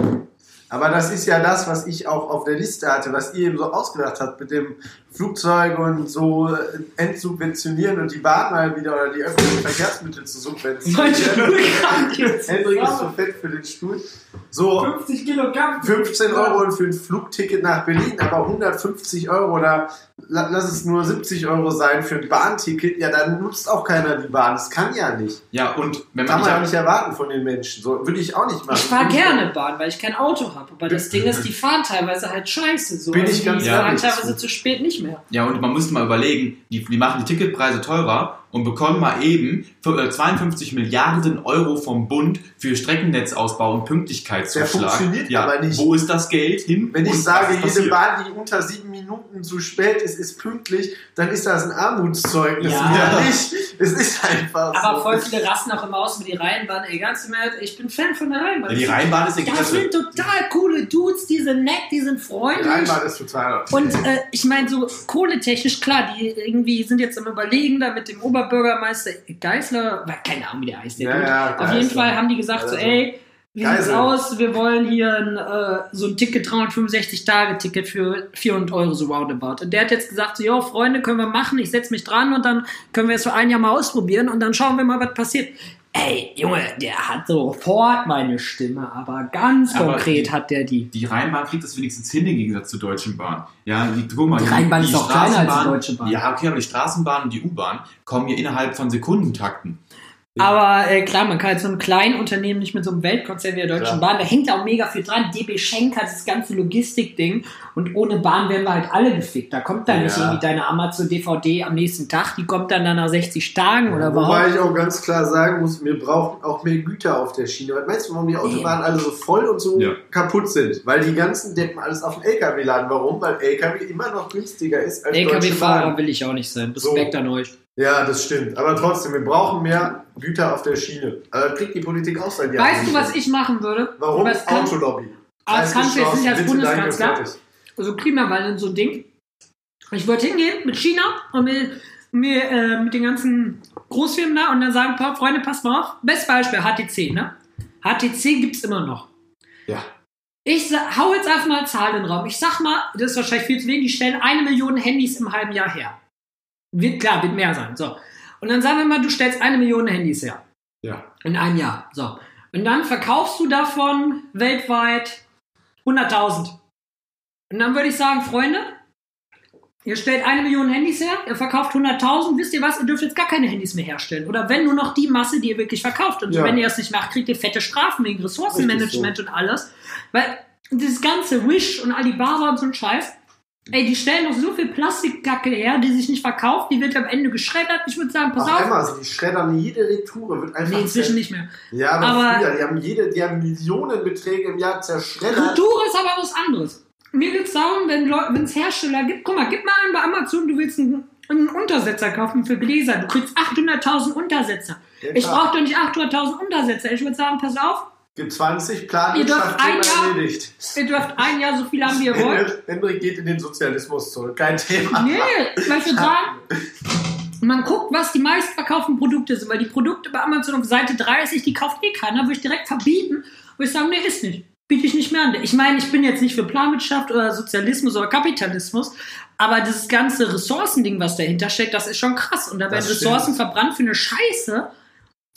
[SPEAKER 3] Aber das ist ja das, was ich auch auf der Liste hatte, was ihr eben so ausgedacht habt mit dem Flugzeug und so äh, entsubventionieren und die Bahn mal wieder oder die öffentlichen Verkehrsmittel zu
[SPEAKER 4] Deutsche
[SPEAKER 3] subventionieren.
[SPEAKER 4] Flughafen jetzt.
[SPEAKER 3] Hendrik ist so fett für den Stuhl. So,
[SPEAKER 4] 50 Kilogramm.
[SPEAKER 3] 15 Euro für ein Flugticket nach Berlin, aber 150 Euro oder la- lass es nur 70 Euro sein für ein Bahnticket, ja, dann nutzt auch keiner die Bahn. Das kann ja nicht.
[SPEAKER 5] Ja, und wenn man
[SPEAKER 3] Kann man
[SPEAKER 5] nicht
[SPEAKER 3] auch
[SPEAKER 5] ab-
[SPEAKER 3] nicht erwarten von den Menschen. So würde ich auch nicht machen.
[SPEAKER 4] Ich fahre
[SPEAKER 3] Bin ich-
[SPEAKER 4] gerne Bahn, weil ich kein Auto habe. Aber das Ding ist, die fahren teilweise halt scheiße. So.
[SPEAKER 3] Bin ich
[SPEAKER 4] die
[SPEAKER 3] ganz
[SPEAKER 4] fahren
[SPEAKER 3] ehrlich
[SPEAKER 4] teilweise
[SPEAKER 3] zu.
[SPEAKER 4] zu spät nicht mehr.
[SPEAKER 5] Ja, und man müsste mal überlegen, die, die machen die Ticketpreise teurer und bekommen mal eben für, äh, 52 Milliarden Euro vom Bund für Streckennetzausbau und Pünktlichkeitszuschlag.
[SPEAKER 3] Der funktioniert
[SPEAKER 5] ja,
[SPEAKER 3] aber nicht.
[SPEAKER 5] Wo ist das Geld hin?
[SPEAKER 3] Wenn
[SPEAKER 5] und
[SPEAKER 3] ich
[SPEAKER 5] was
[SPEAKER 3] sage,
[SPEAKER 5] ist
[SPEAKER 3] jede
[SPEAKER 5] passiert?
[SPEAKER 3] Bahn, die unter sieben Minuten zu spät ist, ist pünktlich, dann ist das ein Armutszeugnis.
[SPEAKER 4] Ja.
[SPEAKER 3] Ja. Nicht. Es ist einfach
[SPEAKER 4] Aber
[SPEAKER 3] so.
[SPEAKER 4] voll viele rasten auch immer aus mit die Rheinbahn. Ey, ganz im Ernst, ich bin Fan von der Rheinbahn.
[SPEAKER 5] Ja, die Rheinbahn ist
[SPEAKER 4] das sind total coole Dudes, die sind nett, die sind
[SPEAKER 3] Die
[SPEAKER 4] freundlich.
[SPEAKER 3] Rheinbahn ist total.
[SPEAKER 4] Und äh, ich meine, so kohletechnisch, klar, die irgendwie sind jetzt am Überlegen da mit dem Oberbürgermeister Geißler, weil keine Ahnung, wie der heißt. Der
[SPEAKER 3] Ja,
[SPEAKER 4] Dude.
[SPEAKER 3] ja,
[SPEAKER 4] Auf
[SPEAKER 3] Geißler.
[SPEAKER 4] jeden Fall haben die gesagt, so,
[SPEAKER 3] Also,
[SPEAKER 4] ey, wie sieht's
[SPEAKER 3] Geisel.
[SPEAKER 4] aus? Wir wollen hier ein, äh, so ein Ticket, 365-Tage-Ticket für 400 Euro, so roundabout. Und der hat jetzt gesagt, so, jo, Freunde, können wir machen, ich setze mich dran und dann können wir es für ein Jahr mal ausprobieren und dann schauen wir mal, was passiert. Ey, Junge, der hat sofort meine Stimme, aber ganz
[SPEAKER 5] Aber
[SPEAKER 4] konkret
[SPEAKER 5] die-
[SPEAKER 4] hat der die.
[SPEAKER 5] Die Rheinbahn kriegt das wenigstens hin im Gegensatz zur Deutschen Bahn. Ja, die, guck mal,
[SPEAKER 4] Die Rheinbahn ist auch kleiner als die
[SPEAKER 5] Straßenbahn-
[SPEAKER 4] Deutsche Bahn.
[SPEAKER 5] Ja, okay, aber die Straßenbahn und die U-Bahn kommen hier innerhalb von Sekundentakten.
[SPEAKER 4] Aber äh, klar, man kann jetzt so ein kleinen Unternehmen nicht mit so einem Weltkonzern wie der Deutschen Bahn, da hängt ja auch mega viel dran. DB Schenk hat das ganze Logistikding und ohne Bahn wären wir halt alle gefickt. Da kommt dann nicht
[SPEAKER 5] Ja.
[SPEAKER 4] irgendwie deine Amazon-DVD am nächsten Tag, die kommt dann, dann nach 60 Tagen oder
[SPEAKER 3] Wobei
[SPEAKER 4] überhaupt.
[SPEAKER 3] ich auch ganz klar sagen muss, wir brauchen auch mehr Güter auf der Schiene. Was meinst du, warum die Autobahnen alle so voll und so
[SPEAKER 5] Ja.
[SPEAKER 3] kaputt sind? Weil die ganzen Deppen alles auf den LKW laden. Warum? Weil LKW immer noch günstiger ist als Deutsche
[SPEAKER 4] LKW-Fahrer
[SPEAKER 3] Bahn.
[SPEAKER 4] will ich auch nicht sein.
[SPEAKER 3] So.
[SPEAKER 4] Respekt an euch.
[SPEAKER 3] Ja, das stimmt. Aber trotzdem, wir brauchen mehr Güter auf der Schiene. Aber das kriegt die Politik auch seit Jahren.
[SPEAKER 4] weißt du,
[SPEAKER 3] nicht
[SPEAKER 4] was
[SPEAKER 3] hin.
[SPEAKER 4] ich machen würde?
[SPEAKER 3] Warum?
[SPEAKER 4] Was kann,
[SPEAKER 3] Autolobby.
[SPEAKER 4] als Kanzler, jetzt
[SPEAKER 3] Preisgeschossen,
[SPEAKER 4] nicht als
[SPEAKER 3] bitte, danke,
[SPEAKER 4] Bundeskanzler,
[SPEAKER 3] fertig.
[SPEAKER 4] also Klimawandel und so ein Ding. Ich wollte hingehen mit China und mir, mir äh, mit den ganzen Großfirmen da und dann sagen, paar Freunde, passt mal auf. Best Beispiel, HTC, ne? HTC gibt's immer noch.
[SPEAKER 5] Ja.
[SPEAKER 4] Ich sa- hau jetzt einfach mal Zahlen in den Raum. Ich sag mal, das ist wahrscheinlich viel zu wenig, die stellen eine Million Handys im halben Jahr her. Wird klar, wird mehr sein. So. Und dann sagen wir mal, du stellst eine Million Handys her.
[SPEAKER 5] Ja.
[SPEAKER 4] In einem Jahr. So. Und dann verkaufst du davon weltweit 100.000. Und dann würde ich sagen, Freunde, ihr stellt eine Million Handys her, ihr verkauft 100.000, wisst ihr was, ihr dürft jetzt gar keine Handys mehr herstellen. Oder wenn nur noch die Masse, die ihr wirklich verkauft. Und
[SPEAKER 3] Ja.
[SPEAKER 4] wenn ihr es nicht macht, kriegt ihr fette Strafen wegen Ressourcenmanagement und alles. Weil dieses ganze Wish und Alibaba und so ein Scheiß, ey, die stellen doch so viel Plastikgacke her, die sich nicht verkauft, die wird am Ende geschreddert. Ich würde sagen, pass
[SPEAKER 3] Auf
[SPEAKER 4] auf.
[SPEAKER 3] einmal, also die schreddern jede Retoure. Wird einfach
[SPEAKER 4] Nee, inzwischen nicht mehr.
[SPEAKER 3] Ja, aber,
[SPEAKER 4] Aber-
[SPEAKER 3] früher, die haben, jede, die haben Millionenbeträge im Jahr zerschreddert.
[SPEAKER 4] Retour ist aber was anderes. Mir geht's darum, wenn es Hersteller gibt, guck mal, gib mal an bei Amazon, du willst einen, einen Untersetzer kaufen für Gläser, du kriegst 800.000 Untersetzer.
[SPEAKER 3] Ja,
[SPEAKER 4] ich
[SPEAKER 3] klar.
[SPEAKER 4] brauche doch nicht 800.000 Untersetzer. Ich würde sagen, pass auf,
[SPEAKER 3] G20
[SPEAKER 4] Ihr
[SPEAKER 3] Plan
[SPEAKER 4] dürft
[SPEAKER 3] schafft
[SPEAKER 4] ein
[SPEAKER 3] immer
[SPEAKER 4] Jahr-
[SPEAKER 3] erledigt.
[SPEAKER 4] ihr dürft ein Jahr so viel haben, wie ihr wollt.
[SPEAKER 3] Henrik- Henrik geht in den Sozialismus zurück. Kein Thema.
[SPEAKER 4] Nee, weil ich würde sagen, man guckt, was die meistverkauften Produkte sind, weil die Produkte bei Amazon auf Seite 30, die kauft eh keiner, würde ich direkt verbieten, würde ich sagen, nee, ist nicht. Biete ich nicht mehr an. Ich meine, ich bin jetzt nicht für Planwirtschaft oder Sozialismus oder Kapitalismus, aber dieses ganze Ressourcending, was dahinter steckt, das ist schon krass. Und da werden
[SPEAKER 3] Das
[SPEAKER 4] Ressourcen verbrannt für eine Scheiße,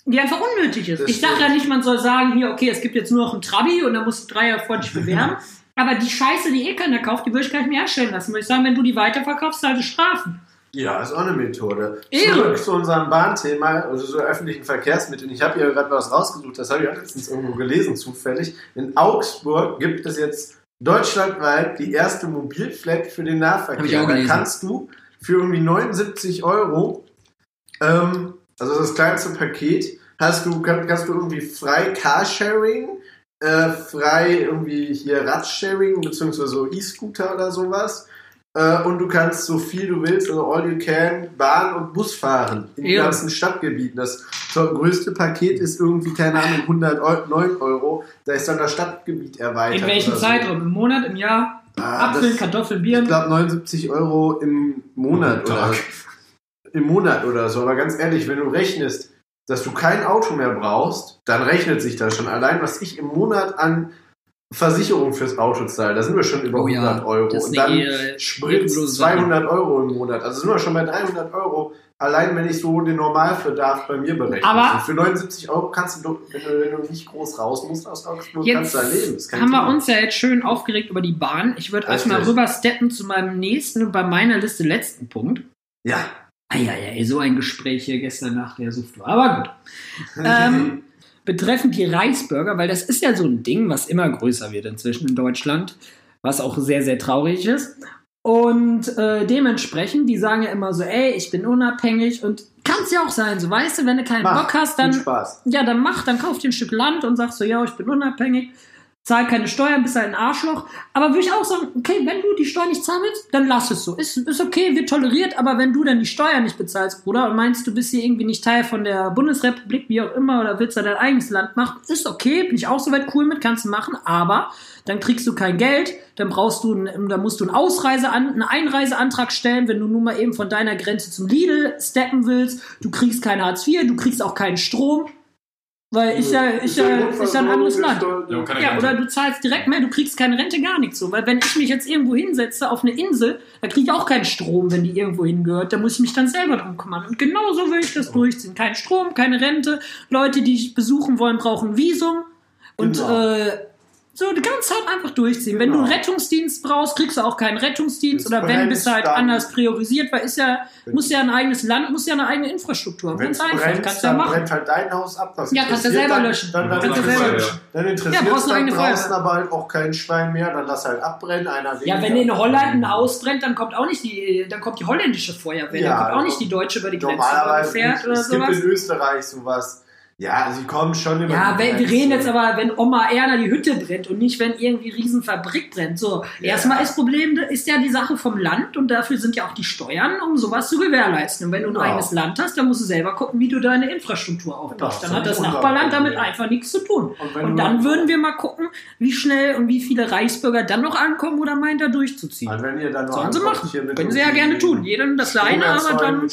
[SPEAKER 4] die einfach unnötig ist.
[SPEAKER 3] Das
[SPEAKER 4] ich sage ja
[SPEAKER 3] stimmt.
[SPEAKER 4] nicht, man soll sagen, hier, okay, es gibt jetzt nur noch einen Trabi und da musst du drei Jahre vor dich bewerben. Aber die Scheiße, die eh keiner kauft, die würde ich gar nicht mehr herstellen lassen. Würde ich sagen, wenn du die weiterverkaufst, zahlst du Strafen.
[SPEAKER 3] Ja, ist auch eine Methode.
[SPEAKER 4] Ehre.
[SPEAKER 3] Zurück zu unserem Bahnthema, also so öffentlichen Verkehrsmitteln. Ich habe hier gerade was rausgesucht, das habe ich auch letztens irgendwo gelesen, zufällig. In Augsburg gibt es jetzt deutschlandweit die erste Mobilflat für den
[SPEAKER 4] Hab ich auch
[SPEAKER 3] Nahverkehr. Da
[SPEAKER 4] gelesen.
[SPEAKER 3] kannst du für irgendwie 79 Euro, ähm, also das kleinste Paket, hast du, kann, kannst du irgendwie frei Carsharing, äh, frei irgendwie hier Radsharing, beziehungsweise so E-Scooter oder sowas. Äh, und du kannst so viel du willst, also all you can, Bahn und Bus fahren in den
[SPEAKER 4] Ja.
[SPEAKER 3] ganzen Stadtgebieten. Das größte Paket ist irgendwie, keine Ahnung, 109 Euro. Da ist dann das Stadtgebiet erweitert.
[SPEAKER 4] In welchem
[SPEAKER 3] oder so.
[SPEAKER 4] Zeitraum? Im Monat, im Jahr?
[SPEAKER 3] also- Ah,
[SPEAKER 4] Apfeln,
[SPEAKER 3] das-
[SPEAKER 4] Kartoffeln,
[SPEAKER 3] ich
[SPEAKER 4] Bieren?
[SPEAKER 3] glaube 79 Euro im Monat
[SPEAKER 5] Am
[SPEAKER 3] oder
[SPEAKER 5] Tag.
[SPEAKER 3] im Monat oder so. Aber ganz ehrlich, wenn du rechnest, dass du kein Auto mehr brauchst, dann rechnet sich das schon. Allein was ich im Monat an Versicherung fürs Auto zahle, da sind wir schon über 100 Euro.
[SPEAKER 4] das
[SPEAKER 3] Und
[SPEAKER 4] ist eine
[SPEAKER 3] dann
[SPEAKER 4] eh-
[SPEAKER 3] Sprit
[SPEAKER 4] ehrenlose Sache.
[SPEAKER 3] 200 Euro im Monat. Also sind wir schon bei 300 Euro. Allein wenn ich so den Normalbedarf bei mir berechne.
[SPEAKER 4] Aber-
[SPEAKER 3] Und für 79 Euro kannst du, wenn du, wenn du nicht groß raus musst aus Augsburg, kannst
[SPEAKER 4] Jetzt
[SPEAKER 3] du da leben. Ist kein
[SPEAKER 4] haben wir
[SPEAKER 3] Thema.
[SPEAKER 4] uns ja jetzt schön aufgeregt über die Bahn. Ich würde
[SPEAKER 3] Richtig.
[SPEAKER 4] erstmal rübersteppen zu meinem nächsten und bei meiner Liste letzten Punkt.
[SPEAKER 3] Ja.
[SPEAKER 4] Eieiei, Ah so ein Gespräch hier gestern Nacht, der sucht war. Aber gut. Ähm, betreffend die Reisburger, weil das ist ja so ein Ding, was immer größer wird inzwischen in Deutschland, was auch sehr, sehr traurig ist. Und äh, dementsprechend, die sagen ja immer so, ey, ich bin unabhängig und kann's ja auch sein, so weißt du, wenn du keinen
[SPEAKER 3] Mach.
[SPEAKER 4] Bock hast,
[SPEAKER 3] Viel
[SPEAKER 4] dann
[SPEAKER 3] Spaß.
[SPEAKER 4] ja, dann mach, dann kauf dir ein Stück Land und sagst so, ja, ich bin unabhängig, zahl keine Steuern, bist ein Arschloch. Aber würde ich auch sagen, okay, wenn du die Steuern nicht zahlen willst, dann lass es so. Ist, ist okay, wird toleriert, aber wenn du dann die Steuern nicht bezahlst, Bruder, und meinst, du bist hier irgendwie nicht Teil von der Bundesrepublik, wie auch immer, oder willst da dein eigenes Land machen, ist okay, bin ich auch soweit cool mit, kannst du machen, aber dann kriegst du kein Geld, dann brauchst du, einen- dann musst du einen Ausreise, einen Einreiseantrag stellen, wenn du nun mal eben von deiner Grenze zum Lidl steppen willst, du kriegst kein Hartz IV, du kriegst auch keinen Strom, weil ich ja, ich ja, ich ja ein anderes Land.
[SPEAKER 5] Ja, man kann
[SPEAKER 4] Ja,
[SPEAKER 5] gar
[SPEAKER 4] oder
[SPEAKER 5] nicht-
[SPEAKER 4] du zahlst direkt mehr, du kriegst keine Rente, gar nichts so. Weil wenn ich mich jetzt irgendwo hinsetze auf eine Insel, da kriege ich auch keinen Strom, wenn die irgendwo hingehört. Da muss ich mich dann selber drum kümmern. Und genau so will ich das durchziehen. Kein Strom, keine Rente. Leute, die ich besuchen wollen, brauchen Visum. Und
[SPEAKER 3] Genau.
[SPEAKER 4] äh, So ganz hart einfach durchziehen. Wenn du
[SPEAKER 3] Genau.
[SPEAKER 4] einen Rettungsdienst brauchst, kriegst du auch keinen Rettungsdienst.
[SPEAKER 3] Ist
[SPEAKER 4] Oder wenn, bist du halt
[SPEAKER 3] brennt, dann-
[SPEAKER 4] anders priorisiert, weil ist ja,
[SPEAKER 3] Wenn-
[SPEAKER 4] muss ja ein eigenes Land, muss ja eine eigene Infrastruktur haben.
[SPEAKER 3] Wenn es
[SPEAKER 4] Ganz einfach,
[SPEAKER 3] brennt,
[SPEAKER 4] kannst du ja
[SPEAKER 3] dann
[SPEAKER 4] machen.
[SPEAKER 3] brennt halt dein Haus ab. Das
[SPEAKER 4] Ja, kannst du
[SPEAKER 3] interessiert
[SPEAKER 4] selber
[SPEAKER 3] dann-
[SPEAKER 4] löschen.
[SPEAKER 3] Dann, dann,
[SPEAKER 5] Kannst du
[SPEAKER 3] interessiert,
[SPEAKER 5] selber-
[SPEAKER 3] dann interessiert
[SPEAKER 4] Ja,
[SPEAKER 3] es
[SPEAKER 4] brauchst eine
[SPEAKER 3] dann
[SPEAKER 4] eigene Feuerwehr.
[SPEAKER 3] draußen aber halt auch kein Schwein mehr. Dann lass halt abbrennen. Einer
[SPEAKER 4] Ja, wenn in Holland ein Haus brennt, dann kommt auch nicht die, dann kommt die holländische Feuerwehr,
[SPEAKER 3] Ja,
[SPEAKER 4] dann kommt auch
[SPEAKER 3] also
[SPEAKER 4] nicht die deutsche über die Grenze aber
[SPEAKER 3] Normalerweise
[SPEAKER 4] fährt
[SPEAKER 3] nicht.
[SPEAKER 4] oder
[SPEAKER 3] Es gibt
[SPEAKER 4] sowas.
[SPEAKER 3] in Österreich sowas. Ja, sie kommen schon immer.
[SPEAKER 4] Ja,
[SPEAKER 3] die
[SPEAKER 4] wenn, wir
[SPEAKER 3] Grenzen.
[SPEAKER 4] reden jetzt aber, wenn Oma Erna die Hütte brennt und nicht, wenn irgendwie riesen Fabrik brennt. So, erstmal ist Problem, ist ja die Sache vom Land und dafür sind ja auch die Steuern, um sowas zu gewährleisten. Und wenn du ein
[SPEAKER 3] Genau.
[SPEAKER 4] eigenes Land hast, dann musst du selber gucken, wie du deine Infrastruktur aufbaust.
[SPEAKER 3] Genau,
[SPEAKER 4] dann hat
[SPEAKER 3] so
[SPEAKER 4] das
[SPEAKER 3] unser
[SPEAKER 4] Nachbarland damit
[SPEAKER 3] Problem.
[SPEAKER 4] einfach nichts zu tun.
[SPEAKER 3] Und wenn
[SPEAKER 4] Und
[SPEAKER 3] du-
[SPEAKER 4] dann würden wir mal gucken, wie schnell und wie viele Reichsbürger dann noch ankommen oder meint, da durchzuziehen.
[SPEAKER 3] Und Also wenn ihr dann noch
[SPEAKER 4] Sollen sie
[SPEAKER 3] ankommt,
[SPEAKER 4] machen.
[SPEAKER 3] hier mit
[SPEAKER 4] Können sie ja gerne tun. Jedem das Leine, aber
[SPEAKER 3] Stromerzeugen
[SPEAKER 4] dann.
[SPEAKER 3] Mit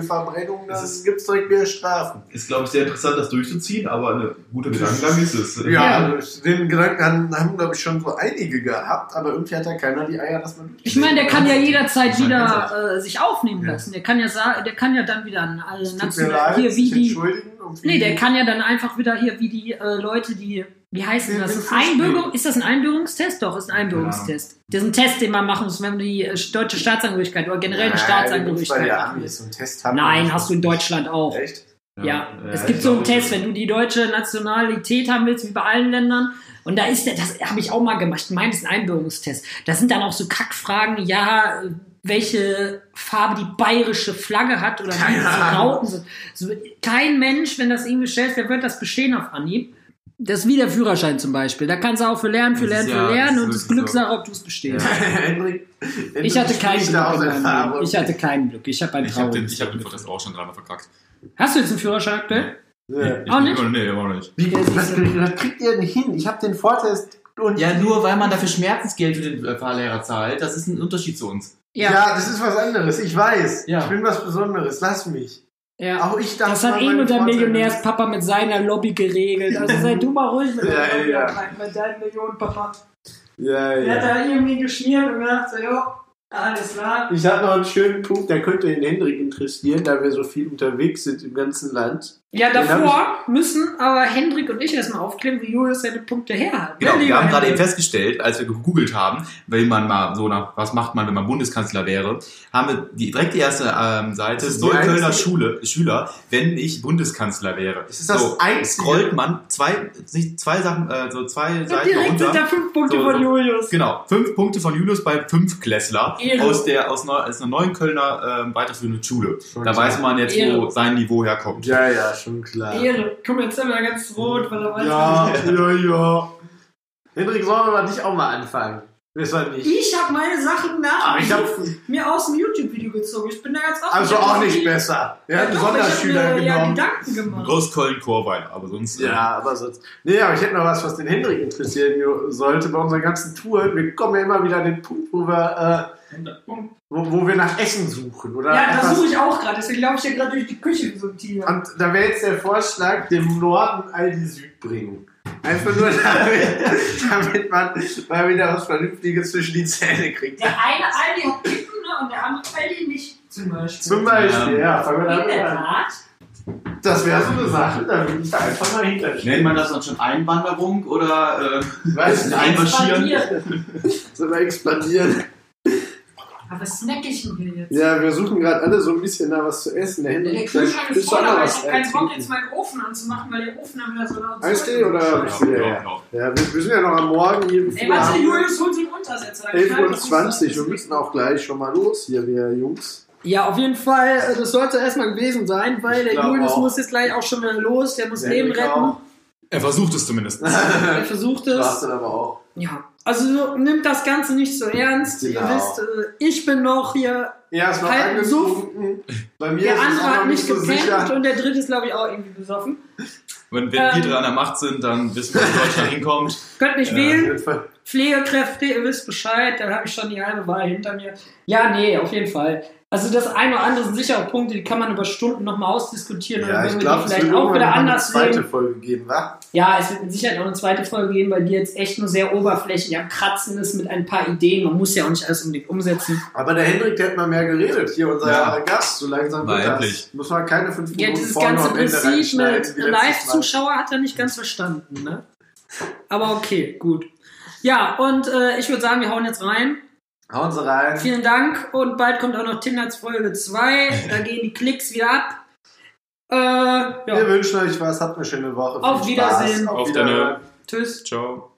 [SPEAKER 3] Schwerölverbrennung,
[SPEAKER 5] Das
[SPEAKER 3] dann
[SPEAKER 5] ist-
[SPEAKER 3] gibt es direkt mehr Strafen.
[SPEAKER 5] Ist, glaube ich, sehr interessant, das durchzuziehen, aber eine gute Gedankengang ist es.
[SPEAKER 3] Ja, also den Gedanken haben- haben, glaube ich, schon so einige gehabt, aber irgendwie hat ja keiner die Eier, dass man.
[SPEAKER 4] Ich meine, der kann ja jederzeit
[SPEAKER 5] Ich meine, ganz
[SPEAKER 4] wieder äh, sich aufnehmen
[SPEAKER 3] Ja.
[SPEAKER 4] lassen. Der kann ja sagen, der kann ja dann wieder an alle
[SPEAKER 3] Es tut mir
[SPEAKER 4] national
[SPEAKER 3] leid,
[SPEAKER 4] hier wie
[SPEAKER 3] sich
[SPEAKER 4] die.
[SPEAKER 3] entschuldigen. und
[SPEAKER 4] Nee,
[SPEAKER 3] wie-
[SPEAKER 4] der kann ja dann einfach wieder hier wie die äh, Leute, die wie heißen
[SPEAKER 3] Den
[SPEAKER 4] das?
[SPEAKER 3] Witz verstehen.
[SPEAKER 4] Einbürgerung? Ist das ein Einbürgerungstest? Doch, ist ein Einbürgerungstest. Das ist ein Test, den man machen muss, wenn man die äh, deutsche Staatsangehörigkeit oder generell eine
[SPEAKER 3] Nein,
[SPEAKER 4] Staatsangehörigkeit
[SPEAKER 3] bei der
[SPEAKER 4] machen
[SPEAKER 3] Armee
[SPEAKER 4] muss.
[SPEAKER 3] so einen Test haben.
[SPEAKER 4] Nein, hast du in Deutschland auch.
[SPEAKER 3] Echt?
[SPEAKER 4] Ja, es
[SPEAKER 5] äh,
[SPEAKER 4] gibt
[SPEAKER 5] ich
[SPEAKER 4] so einen
[SPEAKER 5] glaub,
[SPEAKER 4] Test, wenn du die deutsche Nationalität haben willst, wie bei allen Ländern. Und da ist der, das habe ich auch mal gemacht, meines Einbürgerungstest. Da sind dann auch so Kackfragen, ja, welche Farbe die bayerische Flagge hat oder wie
[SPEAKER 3] Keine
[SPEAKER 4] die
[SPEAKER 3] Ahnung.
[SPEAKER 4] Rauten sind. So, Also, kein Mensch, wenn das ihm gestellt wird, wird das bestehen auf Anhieb. Das ist wie der Führerschein zum Beispiel. Da kannst du auch für lernen, für
[SPEAKER 5] Das ist
[SPEAKER 4] lernen,
[SPEAKER 5] ja-
[SPEAKER 4] für lernen
[SPEAKER 5] das
[SPEAKER 4] und
[SPEAKER 5] ist
[SPEAKER 4] das
[SPEAKER 5] wirklich
[SPEAKER 4] Glück
[SPEAKER 5] so.
[SPEAKER 4] Sache, ob du es bestehst.
[SPEAKER 3] Hendrik,
[SPEAKER 4] Ich hatte keinen
[SPEAKER 3] keinen
[SPEAKER 4] Glück. In meinem Leben. Ich hatte keinen Glück. Ich habe einen
[SPEAKER 5] Ich habe
[SPEAKER 4] Traum.
[SPEAKER 5] den, ich hab den Protest auch schon dreimal verkackt.
[SPEAKER 4] Hast du jetzt einen Führerschein aktuell?
[SPEAKER 5] Ich
[SPEAKER 4] Auch
[SPEAKER 5] bin-
[SPEAKER 4] nicht?
[SPEAKER 5] Nee, auch nicht.
[SPEAKER 3] Wie, was, was kriegt ihr denn hin? Ich habe den Vortest und.
[SPEAKER 5] Ja, nur weil man dafür Schmerzensgeld für den äh, Fahrlehrer zahlt, das ist ein Unterschied zu uns.
[SPEAKER 3] Ja. das ist was anderes. Ich weiß.
[SPEAKER 5] Ja.
[SPEAKER 3] Ich bin was Besonderes. Lass mich.
[SPEAKER 4] ja.
[SPEAKER 3] Auch ich darf
[SPEAKER 4] Das
[SPEAKER 3] mal
[SPEAKER 4] hat eh
[SPEAKER 3] meine
[SPEAKER 4] nur der
[SPEAKER 3] Vorteile-
[SPEAKER 4] Millionärspapa mit seiner Lobby geregelt. Also sei du mal ruhig mit,
[SPEAKER 3] Ja,
[SPEAKER 4] deiner Lobby,
[SPEAKER 3] ja.
[SPEAKER 4] Alter, mit deinem Millionenpapa.
[SPEAKER 3] Ja,
[SPEAKER 4] Der hat
[SPEAKER 3] ja.
[SPEAKER 4] da irgendwie geschmiert und gedacht, so, jo, alles klar.
[SPEAKER 3] Ich habe noch einen schönen Punkt, der könnte den Hendrik interessieren, da wir so viel unterwegs sind im ganzen Land.
[SPEAKER 4] Ja,
[SPEAKER 3] Den
[SPEAKER 4] davor müssen aber Hendrik und ich erstmal aufklären, wie Julius seine Punkte herhat.
[SPEAKER 5] Genau,
[SPEAKER 4] Ne,
[SPEAKER 5] wir
[SPEAKER 4] lieber
[SPEAKER 5] haben gerade eben
[SPEAKER 4] Hendrik?
[SPEAKER 5] festgestellt, als wir gegoogelt haben, wenn man mal so nach, was macht man, wenn man Bundeskanzler wäre, haben wir die, direkt die erste ähm, Seite,
[SPEAKER 3] Das ist die
[SPEAKER 5] Neuköllner
[SPEAKER 3] einzige-
[SPEAKER 5] Schule, Schüler, wenn ich Bundeskanzler wäre.
[SPEAKER 3] Das ist das
[SPEAKER 5] so,
[SPEAKER 3] einzige-
[SPEAKER 5] scrollt man zwei, sich zwei Sachen, äh, so zwei
[SPEAKER 4] Und
[SPEAKER 5] Seiten
[SPEAKER 4] direkt sind da
[SPEAKER 5] runter.
[SPEAKER 4] fünf Punkte
[SPEAKER 5] So,
[SPEAKER 4] von
[SPEAKER 5] so.
[SPEAKER 4] Julius.
[SPEAKER 5] Genau, fünf Punkte von Julius bei Fünfklässler
[SPEAKER 4] Ehre.
[SPEAKER 5] aus der aus, Neu, aus einer Neuköllner ähm, weiterführenden Schule.
[SPEAKER 3] Schon
[SPEAKER 5] Da
[SPEAKER 3] klar.
[SPEAKER 5] weiß man jetzt, wo
[SPEAKER 4] Ehre.
[SPEAKER 5] sein Niveau herkommt.
[SPEAKER 3] Ja, ja, schon klar.
[SPEAKER 4] Ehre. Guck mal, jetzt ist er wieder ganz rot, weil er weiß,
[SPEAKER 3] Ja, ja, ja. Hendrik, sollen wir mal dich auch mal anfangen? Wissen wir nicht.
[SPEAKER 4] ich habe meine Sachen nach
[SPEAKER 3] Aber Ah, ich hab,
[SPEAKER 4] mir aus dem YouTube-Video gezogen. Ich bin da ganz offen.
[SPEAKER 3] also
[SPEAKER 4] Ich hab
[SPEAKER 3] auch
[SPEAKER 4] mir die-
[SPEAKER 3] nicht besser. Er hat einen
[SPEAKER 4] Doch, ich hab
[SPEAKER 3] Sonderschüler
[SPEAKER 4] mir Ja,
[SPEAKER 3] genommen.
[SPEAKER 4] Gedanken gemacht.
[SPEAKER 5] Großköln-Chorweil, aber sonst. äh,
[SPEAKER 3] Ja, aber sonst. Nee, aber ich hätte noch was, was den Hendrik interessieren sollte bei unseren ganzen Touren. Wir kommen ja immer wieder an den Punkt, wo wir, äh, wo, wo wir nach Essen suchen. Oder
[SPEAKER 4] Ja, das
[SPEAKER 3] etwas-
[SPEAKER 4] suche ich auch gerade. Deswegen laufe ich ja gerade durch die Küche wie so ein Tier.
[SPEAKER 3] Und da wäre jetzt der Vorschlag, dem Norden Aldi Süd bringen. Einfach nur damit, damit man mal wieder was Vernünftiges zwischen die Zähne kriegt.
[SPEAKER 4] Der eine Aldi hat Kippen ne, und der andere Aldi nicht. Zum Beispiel.
[SPEAKER 3] Zum Beispiel, ja, fangen wir
[SPEAKER 4] In
[SPEAKER 3] damit
[SPEAKER 4] der
[SPEAKER 3] an.
[SPEAKER 4] Tat.
[SPEAKER 3] Das wäre so eine Sache, da würde ich da einfach mal hinterstehen.
[SPEAKER 5] Nennt man das dann schon Einwanderung oder äh,
[SPEAKER 3] Weißt du,
[SPEAKER 5] Nein. Einmarschieren.
[SPEAKER 4] Expandieren.
[SPEAKER 3] so mal expandieren.
[SPEAKER 4] Aber was snack ich denn hier jetzt?
[SPEAKER 3] Ja, wir suchen gerade alle so ein bisschen da was zu essen. Der
[SPEAKER 4] Der
[SPEAKER 3] Hendrik,
[SPEAKER 4] Kühlschrank ist voll, aber ich habe keinen Bock,
[SPEAKER 3] trinken.
[SPEAKER 4] jetzt meinen Ofen anzumachen, weil der Ofen dann wieder so laut
[SPEAKER 3] Eistee oder?
[SPEAKER 5] Ja, ja, ja.
[SPEAKER 3] Ja, wir, wir sind ja noch am Morgen hier.
[SPEAKER 4] Ey, warte, Julius holt sich einen Untersetzer. dann knallt das nicht
[SPEAKER 3] 11.20
[SPEAKER 4] so.
[SPEAKER 3] Uhr, wir müssen auch gleich schon mal los hier, wir Jungs.
[SPEAKER 4] Ja, auf jeden Fall, äh, das sollte erstmal gewesen sein, weil
[SPEAKER 3] Ich
[SPEAKER 4] der
[SPEAKER 3] glaub
[SPEAKER 4] Julius
[SPEAKER 3] auch.
[SPEAKER 4] muss jetzt gleich auch schon wieder los, der muss
[SPEAKER 3] Der
[SPEAKER 4] Leben
[SPEAKER 3] Henrik
[SPEAKER 4] retten.
[SPEAKER 3] auch.
[SPEAKER 5] Er versucht es zumindest.
[SPEAKER 4] Er versucht es.
[SPEAKER 3] Schlafen aber auch.
[SPEAKER 4] Ja, also nimmt das Ganze nicht so ernst. Ihr
[SPEAKER 3] Genau.
[SPEAKER 4] wisst, äh, ich bin noch hier,
[SPEAKER 3] Er ist noch
[SPEAKER 4] Halt einen Suff.
[SPEAKER 3] angetrunken. Bei mir
[SPEAKER 4] der
[SPEAKER 3] ist es
[SPEAKER 4] andere
[SPEAKER 3] auch noch
[SPEAKER 4] hat
[SPEAKER 3] nicht
[SPEAKER 4] mich
[SPEAKER 3] so
[SPEAKER 4] gepennt
[SPEAKER 3] sicher.
[SPEAKER 4] und der dritte ist, glaube ich, auch irgendwie besoffen.
[SPEAKER 5] Wenn, wenn
[SPEAKER 4] Ähm.
[SPEAKER 5] wir drei an der Macht sind, dann wissen wir, wo Deutschland hinkommt.
[SPEAKER 4] Könnt mich
[SPEAKER 5] Ja.
[SPEAKER 4] wählen,
[SPEAKER 3] Jedenfalls-
[SPEAKER 4] Pflegekräfte, ihr wisst Bescheid, dann habe ich schon die halbe Wahl hinter mir. Ja, nee, auf jeden Fall. Also das eine oder andere sind sicher auch Punkte, die kann man über Stunden nochmal ausdiskutieren
[SPEAKER 3] Ja,
[SPEAKER 4] und
[SPEAKER 3] ich
[SPEAKER 4] wenn
[SPEAKER 3] glaube,
[SPEAKER 4] wir
[SPEAKER 3] es
[SPEAKER 4] die
[SPEAKER 3] wird
[SPEAKER 4] vielleicht auch
[SPEAKER 3] irgendwann
[SPEAKER 4] wieder
[SPEAKER 3] noch eine
[SPEAKER 4] anders
[SPEAKER 3] zweite
[SPEAKER 4] sehen.
[SPEAKER 3] Folge geben, wa?
[SPEAKER 4] Ja, es wird mit Sicherheit auch eine zweite Folge geben, weil die jetzt echt nur sehr oberflächlich am Kratzen ist mit ein paar Ideen. Man muss ja auch nicht alles unbedingt umsetzen.
[SPEAKER 3] Aber der Hendrik, der hat mal mehr geredet. Hier unser
[SPEAKER 5] Ja.
[SPEAKER 3] Gast, so langsam
[SPEAKER 5] War
[SPEAKER 3] wird das.
[SPEAKER 5] endlich.
[SPEAKER 3] Muss man keine fünf Minuten
[SPEAKER 4] Ja, dieses
[SPEAKER 3] vorne
[SPEAKER 4] ganze
[SPEAKER 3] am Ende
[SPEAKER 4] Prinzip ne,
[SPEAKER 3] reinschneiden,
[SPEAKER 4] mit
[SPEAKER 3] wie letztes Mal.
[SPEAKER 4] Live-Zuschauer hat er nicht ganz verstanden, ne? Aber okay, gut. Ja, und äh, ich würde sagen, wir hauen jetzt rein.
[SPEAKER 3] Hauen Sie rein.
[SPEAKER 4] Vielen Dank und bald kommt auch noch Tinders Folge 2. Da gehen die Klicks wieder ab. Äh, ja.
[SPEAKER 3] Wir wünschen euch was. Habt eine schöne Woche.
[SPEAKER 4] Auf
[SPEAKER 3] Viel Spaß.
[SPEAKER 4] Wiedersehen.
[SPEAKER 5] Auf Wiedersehen.
[SPEAKER 4] Tschüss.
[SPEAKER 5] Ciao.